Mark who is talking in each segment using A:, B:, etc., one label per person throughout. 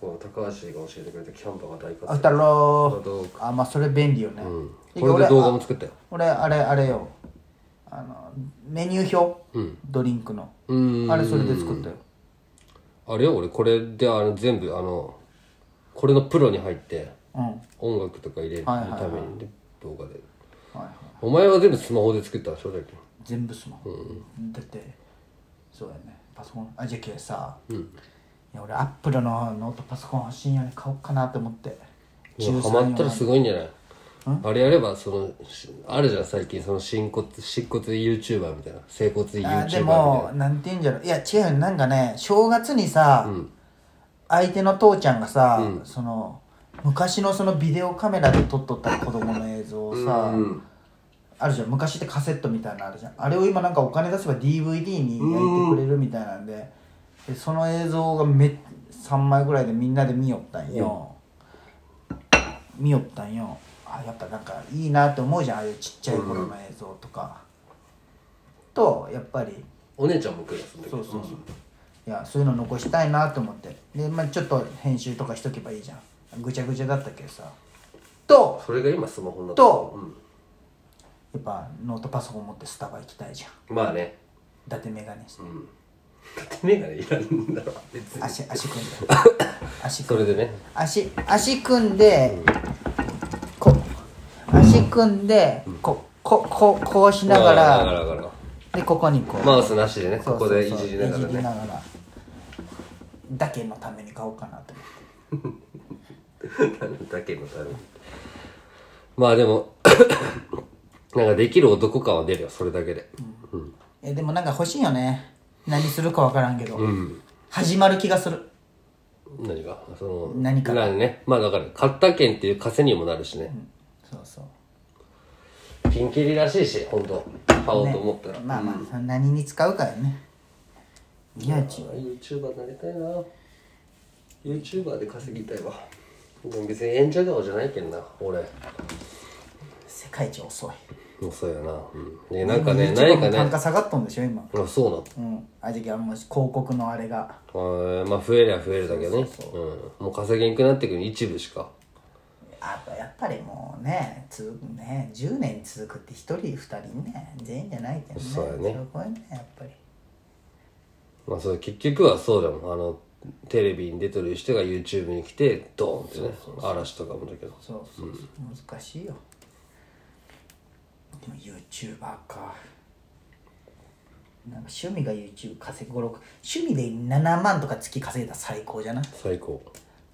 A: そう高橋が教えてくれたキャンパが大活躍
B: アフタロ
A: どう
B: ーあまあそれ便利よね、
A: うん
B: で
A: これ
B: 俺
A: で動画も作ったよ
B: 俺あれあれよあのメニュー表、ドリンクの
A: うーん
B: あれそれで作ったよ
A: あれよ俺これであの全部あのこれのプロに入って
B: うんはい
A: 音楽とか入れるた
B: はい
A: め
B: はい
A: に、
B: はい
A: で動画で
B: はい
A: お前は全部スマホで作ったでしょだけ
B: 全部スマホ、だってそうやねパソコンあじゃけさ、いや俺アップルのノートパソコン欲しいんやね買おうかなと思って
A: どハマったらすごいんじゃないあれやればそのしあるじゃん最近その新骨新骨 YouTuber みたいな整骨 YouTuber み
B: あ
A: た
B: で
A: いな
B: もなんて言うんじゃろいや違うよなんかね正月にさ、相手の父ちゃんがさ、その昔のそのビデオカメラで撮っとった子供の映像をさ、あるじゃん昔ってカセットみたいなのあるじゃんあれを今なんかお金出せば DVD に焼いてくれるみたいなんで,、でその映像がめ3枚ぐらいでみんなで見よったんよ、見よったんよあやっぱなんかいいなって思うじゃんああいうちっちゃい頃の映像とか、とやっぱり
A: お姉ちゃんも来るやつ
B: そうそうそういやそういうの残したいなと思ってで、まあ、ちょっと編集とかしとけばいいじゃんぐちゃぐちゃだったけどさと
A: それが今スマホになった
B: と
A: うん
B: やっぱノートパソコン持ってスタバ行きたいじゃん
A: まあね
B: 伊達メガネして、
A: だって目がねいらんだろ別に
B: 足足組んで 足
A: そ
B: 組ん
A: れ
B: で
A: でね
B: 足足組んで、こう足組んで、こうこうこうこうしながら、
A: だからだから
B: でここにこう
A: マウスなしでね
B: そ
A: こ
B: う
A: こ
B: そうそう
A: でいじりながら
B: いじり
A: ね
B: ながらだけのために買おうかなと思って。
A: だけのためにまあでも なんかできる男感は出るよそれだけで
B: えでもなんか欲しいよね何するか分からんけど、始まる気がする
A: 何がその
B: 何か
A: なんねまあだから買った券っていう稼にもなるしね、
B: そうそう
A: ピンキリらしいし本当買おうと思ったら、
B: まあまあ、その何に使うかよねいやち
A: YouTuber になりたいな YouTuber で稼ぎたいわでも別に演者顔じゃないけんな俺
B: 世界一遅い
A: もうそうやな、うん、ねなんかね
B: で
A: 何
B: も YouTuber
A: か
B: も単
A: ね
B: 価下がっとんでしょ今
A: あそうなの
B: うんあじゃあもう広告のあれが
A: あーまあ増えりゃ増えるだけねうんもう稼げんくなってくる一部しか
B: あとやっぱりもうね続くね10年続くって1人2人ね全員じゃないけどね
A: そうやね
B: すごいねやっぱり
A: まあそれ結局はそうだもんあのテレビに出てる人が YouTube に来てドーンってね嵐とかもだけど
B: そうそうそう、難しいよでも YouTuber かなんか趣味が YouTube 稼ぐ56趣味で7万とか月稼いだら最高じゃない
A: 最高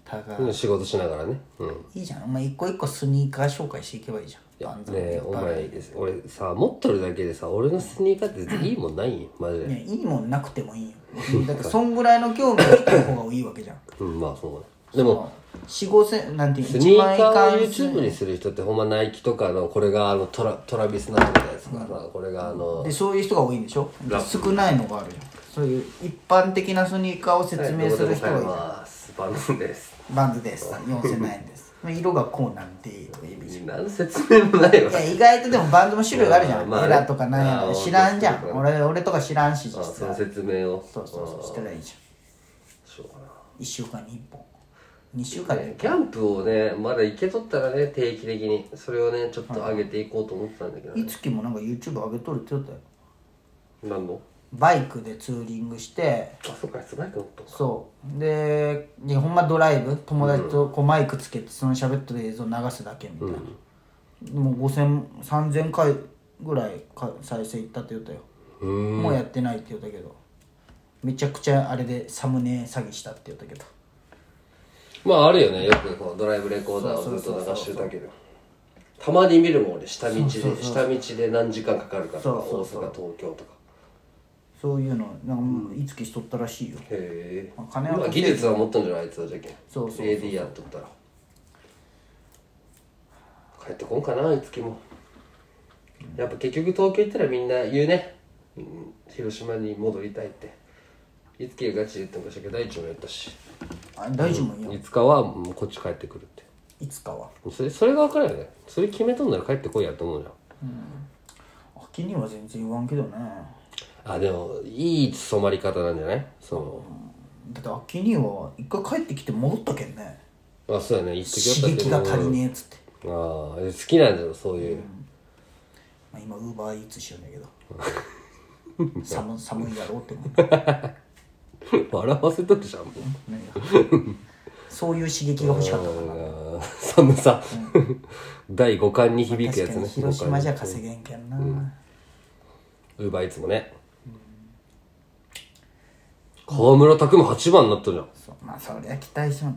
B: たが、
A: うん仕事しながらねうん
B: いいじゃんお前一個一個スニーカー紹介していけばいいじゃん万歳
A: ねえお前俺さ持っとるだけでさ俺のスニーカーっていいもんないんよマジで
B: ねいいもんなくてもいいよ だからそんぐらいの興味が来た方がいいわけじゃん
A: うんまあそうねでも
B: 4 5千なんていう
A: スニ
B: 1万
A: ー
B: 円
A: カーを
B: か
A: YouTube にする人ってほんまナイキとかのこれがあのトラトラビスナットみたいなやつとかさこれがあの
B: でそういう人が多いんでしょ
A: ラ
B: 少ないのがあるよそういう一般的なスニーカーを説明する人がいる
A: ますバンドです
B: バンズです4000円です色がこうなんていいとか言うじ
A: 何の説明もないわ
B: ゃんいや意外とでもバンズも種類があるじゃん、
A: まあまあ
B: エラとかなんや
A: まあ
B: ら知らんじゃ
A: そうそ
B: ん
A: うそう
B: 俺俺とか知らんし実
A: あ
B: は
A: そ
B: そ
A: の
B: う
A: 説明を
B: そうそうしたらいいじ
A: しようかな
B: ゃん1週間に1本2週間に1
A: キャンプをねまだ行けとったらね定期的にそれをねちょっと上げていこうと思ってたんだけど
B: 本い
A: ね
B: つきもなんか YouTube 上げとるって言ってたよ
A: 何の
B: バイクでツーリングして
A: あそうかスバイク乗っとんか
B: そうででほんまドライブ友達とこうマイクつけてその喋ってる映像流すだけみたいな、もう50003000回ぐらいか再生いったって言ったよ
A: うーん
B: もうやってないって言ったけどめちゃくちゃあれでサムネ詐欺したって言ったけど
A: まああるよねよくこうドライブレコーダーをずっと流してたけどたまに見るもん俺下道で下道で何時間かかるかとか
B: そうそうそう
A: 大阪東京とか
B: そういうのなんかいつきしとったらしいよ、
A: へえ
B: まあ金は
A: まあ技術は持ったんじゃないあいつはじゃけん
B: そうそうそう
A: AD やっとったら帰ってこんかなあいつきもやっぱ結局東京行ったらみんな言うね、うん広島に戻りたいっていつきがガチで言ってましたけど大地も言ったし
B: あ大丈夫よ、
A: いつかはもうこっち帰ってくるって
B: いつかは
A: それそれが分からんよねそれ決めとんなら帰ってこいやと思うじ
B: 秋には全然言わんけどね
A: ゃんあでもいい染まり方なんじゃないその
B: だってアッキー兄は一回帰ってきて戻ったけんね
A: あそうやね一時
B: 刺激が足りねえっつって、
A: ああ好きなんだろそういう、
B: まあ、今ウーバーイーツしようんだけど 寒寒いやろうって思う
A: 笑わせとるじゃんもう
B: 何がそういう刺激が欲しかったから
A: あー寒さ、第5巻に響くやつ
B: 確か
A: ね
B: に広島じゃ稼げんけんな、
A: ウーバーイーツもね、河村拓も8番になったじゃん
B: そうまあそりゃ期待しま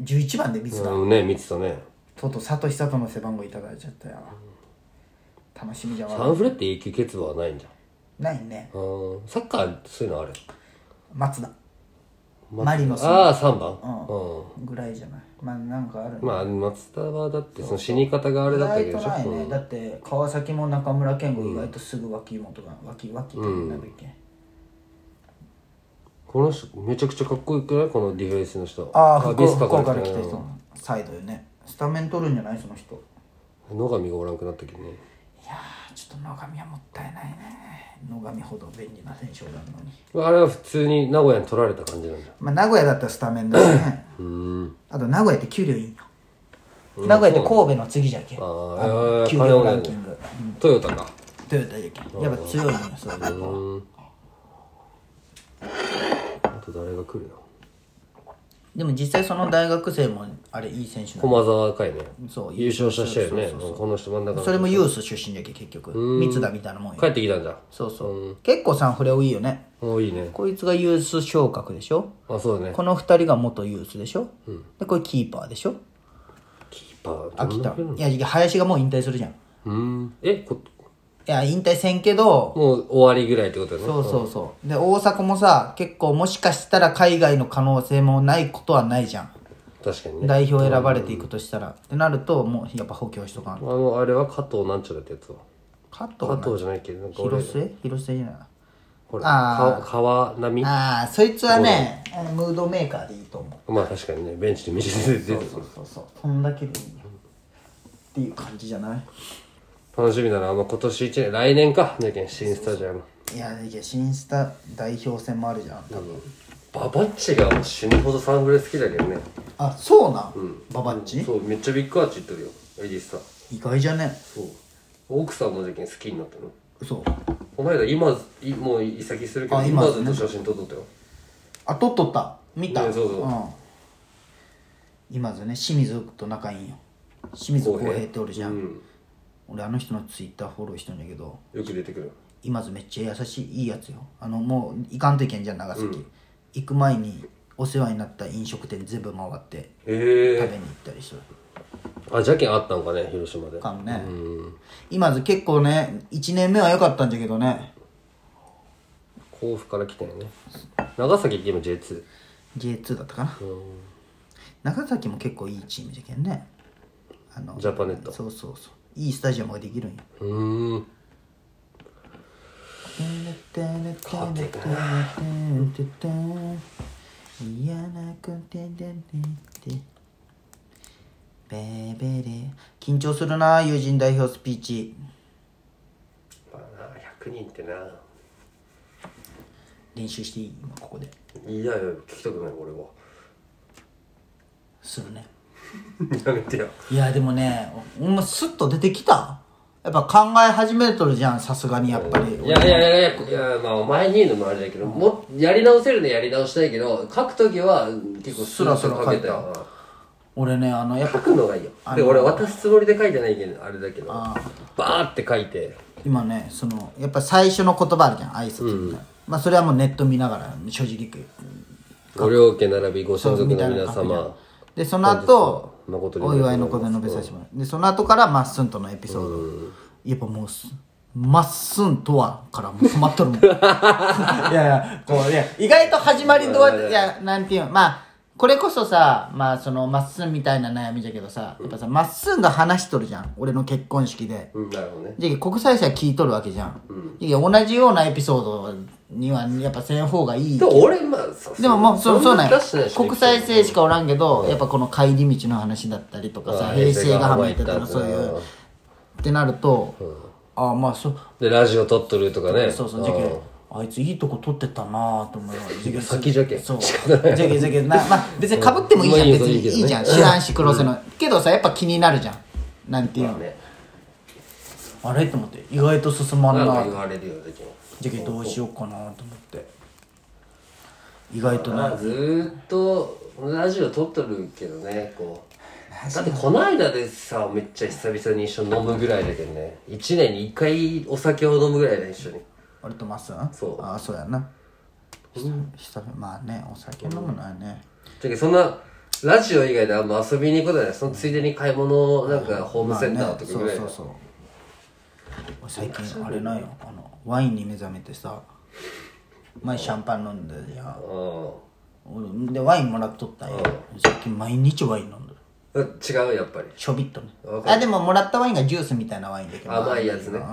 B: 11番で見せた、
A: うんね見てたね
B: とうとう佐藤久人の背番号いただいちゃったよ、楽しみじゃ
A: サ
B: わ
A: ンフレって永久欠番はないんじゃん
B: ないね
A: うんサッカーそういうのある
B: 松田マリノス
A: ああ3番うん、
B: ぐらいじゃないまあなんかある
A: まあ松田はだってその死に方があれ
B: 意
A: だったけ
B: 外
A: ど
B: と
A: でしょ
B: ないねだって川崎も中村健吾意外とすぐ脇元が脇脇ってなんだっけ、
A: この人めちゃくちゃかっこよくないこのディフェンスの人
B: ああ福
A: ビスカ
B: 福岡から
A: 来
B: 来
A: た
B: た
A: ね
B: 人サイドよねスタメン取るんじゃないその人い
A: 野上がおらんくなったけどね
B: やーちょっと野上はもったいないね野上ほど便利な選手おらんのに
A: あれは普通に名古屋に取られた感じなんだ
B: まあ名古屋だったらスタメンだよね
A: うん
B: あと名古屋って給料いいよ名古屋って神戸の次じゃけ
A: あー
B: の
A: えー
B: 給料ランキング
A: トヨタか
B: トヨタじゃけやっぱ強いのよそういうとこ
A: うんあと誰が来るの
B: でも実際その大学生もあれいい選手なの
A: 駒沢かいね
B: そう
A: 優勝した人よねこの人真ん中の
B: それもユース出身じゃけ結局三田みたいなもん
A: 帰
B: よ
A: ってきたんじゃん
B: そうそう結構サンフレ多いよね
A: もういいね
B: こいつがユース昇格でしょ
A: あそうだね
B: この2人が元ユースでしょでこれキーパーでしょ
A: キーパーどん
B: 秋
A: な
B: 田いやじゃけ林がもう引退するじゃんい
A: うんえこ
B: や引退せんけど
A: もう終わりぐらいってことだね
B: そうそうそうで大迫もさ結構もしかしたら海外の可能性もないことはないじゃん
A: 確かにね
B: 代表選ばれていくとしたらってなるともうやっぱ補強しとかん
A: あのあれは加藤なんちゃらってやつは
B: 加藤
A: 加
B: な
A: 藤じゃないっけどなんか俺
B: 広末広末じゃない
A: ほら
B: あ
A: か川波
B: ああそいつはねあのムードメーカーでいいと思う
A: まあ確かにねベンチで見せて出てくる
B: そうそうそうそんだけでいいよっていう感じじゃない
A: 楽しみだな、まあ、今年1年来年かねけん新スタジアム
B: いやいや新スタ代表戦もあるじゃん多分
A: ババッチが死ぬほどサンフレ好きだけどね
B: あそうなん、ババッチ
A: そうめっちゃビッグアーチ行ってるよエディスさん
B: 意外じゃね
A: そう奥さんもじゃけん好きになったの
B: そう
A: この間今ずいもう移籍するけど
B: あ
A: 今
B: 今
A: ずっと写真撮っとったよ
B: あ撮っとった見た、、
A: ねそうそうん
B: 今ずね清水と仲いいんよ清水浩平っておるじゃん、
A: うん
B: 俺あの人のツイッターフォローしてんだけど
A: よく出てくる
B: 今津めっちゃ優しいいいやつよあのもう行かんといけんじゃん長崎、行く前にお世話になった飲食店全部回って
A: へ
B: 食
A: え
B: べに行ったりする
A: あじゃけんあったんかね広島で
B: かもね、
A: うん
B: 今津結構ね1年目は良かったんじゃけどね
A: 甲府から来たよね長崎って今 J2
B: J2 だったかな
A: うん
B: 長崎も結構いいチームじゃけんねあの
A: ジャパネット
B: そうそうそういいスタジアムができるんよ
A: うーん
B: 嫌なことだねってベーベレ緊張するな友人代表スピーチ
A: まあな100人ってな
B: 練習していい今ここで
A: いやいや聞きたくない俺は
B: するね
A: やめてよ
B: いやでもねお前スッと出てきたやっぱ考え始めとるじゃんさすがにやっぱり
A: いやいやいやいやいやまあお前に言うのもあれだけどもやり直せるのやり直したいけど書く時はうん結構
B: スラスラ書いた
A: 書けたよな
B: 俺ねあのやっ
A: 書
B: ぱ
A: くのがいいよで俺渡すつもりで書いてないけどあれだけどバ
B: あ
A: ーって書いて
B: 今ねそのやっぱ最初の言葉あるじゃん挨拶みたいな、まあそれはもうネット見ながら正直言う
A: ご両家並びご親族
B: みた
A: の
B: いな
A: 皆
B: 感じ
A: 様
B: でその後
A: 本日は誠に
B: お祝いのことを述べさせてもらうでその後からまっすんとのエピソード、やっぱもうすまっすんとはからもう染まっとるもん いやいやこういや意外と始まりどうやっていやなんていうのまあこれこそさまあそのまっすんみたいな悩みじゃけどさやっぱさまっすんが話しとるじゃん俺の結婚式で、
A: うんなるほどね
B: じゃあ国際祭聞いとるわけじゃん、いや同じようなエピソードにはやっぱせん方がいい
A: でも俺まあさ
B: でももうそうそうなん
A: 出
B: や
A: してないしね
B: 国際性しかおらんけど、やっぱこの帰り道の話だったりとか
A: う
B: さ
A: ん
B: 平成がはめてた
A: 平
B: ら
A: 成
B: そ
A: が
B: う
A: はまい
B: い
A: てたと
B: う
A: か
B: ってなると、ああまあそう
A: でラジオ撮っとるとかね
B: そうそうじゃ
A: あ
B: け
A: ー
B: あいついいとこ撮ってたなぁと思い
A: いや
B: ます
A: 先じゃけん
B: そう
A: 仕
B: じ
A: 方
B: ゃ
A: ない
B: けじゃけなまあ別にかぶってもいいじゃん
A: うん
B: 別に
A: まあいいよ
B: いいじゃん
A: いいけどね
B: 知らんし黒瀬のけどさやっぱ気になるじゃんなんていう
A: まあ
B: の
A: ね
B: あれと思って意外と進まん
A: なん
B: な
A: か
B: ぁ
A: 言われるよでき
B: じゃけどうしようかなぁと思って意外と
A: まあ
B: な
A: ずーっとラジオ撮っとるけどねこうだってこの間でさめっちゃ久々に一緒に飲むぐらいだけどね1年に1回お酒を飲むぐらいだよ一緒に
B: 俺とマッスン
A: そう
B: ああそうやな久々まあねお酒飲むのはね
A: だけどそんなラジオ以外であんま遊びに行くことないそのついでに買い物なんかホームセンターとかぐらい
B: ま
A: だ
B: あね、そうそうそう俺最近あれなんよあのワインに目覚めてさ前シャンパン飲んだじゃん俺でワインもらっとったんよ最近毎日ワイン飲んでる
A: うん違うやっぱり
B: しょびっとね
A: わか
B: あでももらったワインがジュースみたいなワインだけど
A: 甘いやつねうん
B: い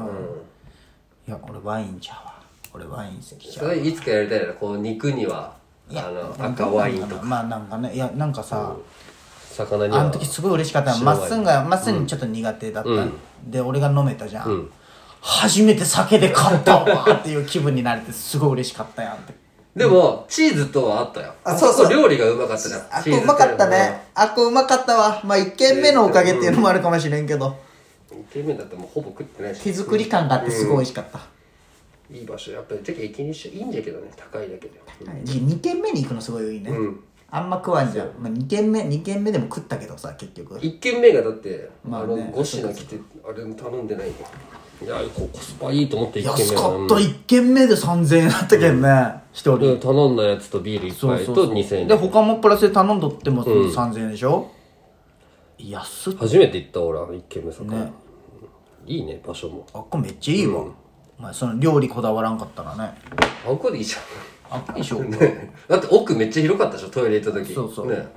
B: や俺ワインちゃうわ俺ワイン好きちゃ
A: そうれいつかやりたいなこう肉にはあの赤ワインとか
B: まあなんかねいやなんかさ、
A: 魚には
B: あの時すごい嬉しかったのまっすんがまっすんにちょっと苦手だった、で俺が飲めたじゃん、初めて酒で買ったわっていう気分になれてすごい嬉しかったやんって
A: でもチーズとはあったよ
B: あそうそう
A: あこ料理がうまかったじゃん
B: あっ
A: チ
B: こ
A: ーズ
B: うまかったねあっこうまかったわまあ1軒目のおかげっていうのもあるかもしれんけど
A: 1軒目だってもうほぼ食ってない
B: 手
A: し
B: 作り感があってすごい美味しかった、
A: いい場所やっぱりじゃけ一日いいんじゃけどね高いだけで
B: 2軒目に行くのすごいいいね、
A: うん
B: あんま食わんじゃん、まあ、2軒目2軒目でも食ったけどさ結局
A: 1軒目がだってあ
B: まあ
A: の
B: ね
A: 5品来てあれも頼んでないよいやこコスパいいと思って1軒目
B: 安かった
A: うん
B: 1軒目で3000円だったけんね一人
A: で頼んだやつとビール1杯と2000円
B: で他もプラスで頼んどっても3000円でしょ、安っ
A: 初めて行った俺1軒目さ
B: ね
A: いいね場所も
B: あっこめっちゃいいわ、お前その料理こだわらんかったらね
A: あんこでいいじゃん
B: あっこいいしょ
A: だって奥めっちゃ広かったでしょトイレ行った時
B: そうそう
A: ね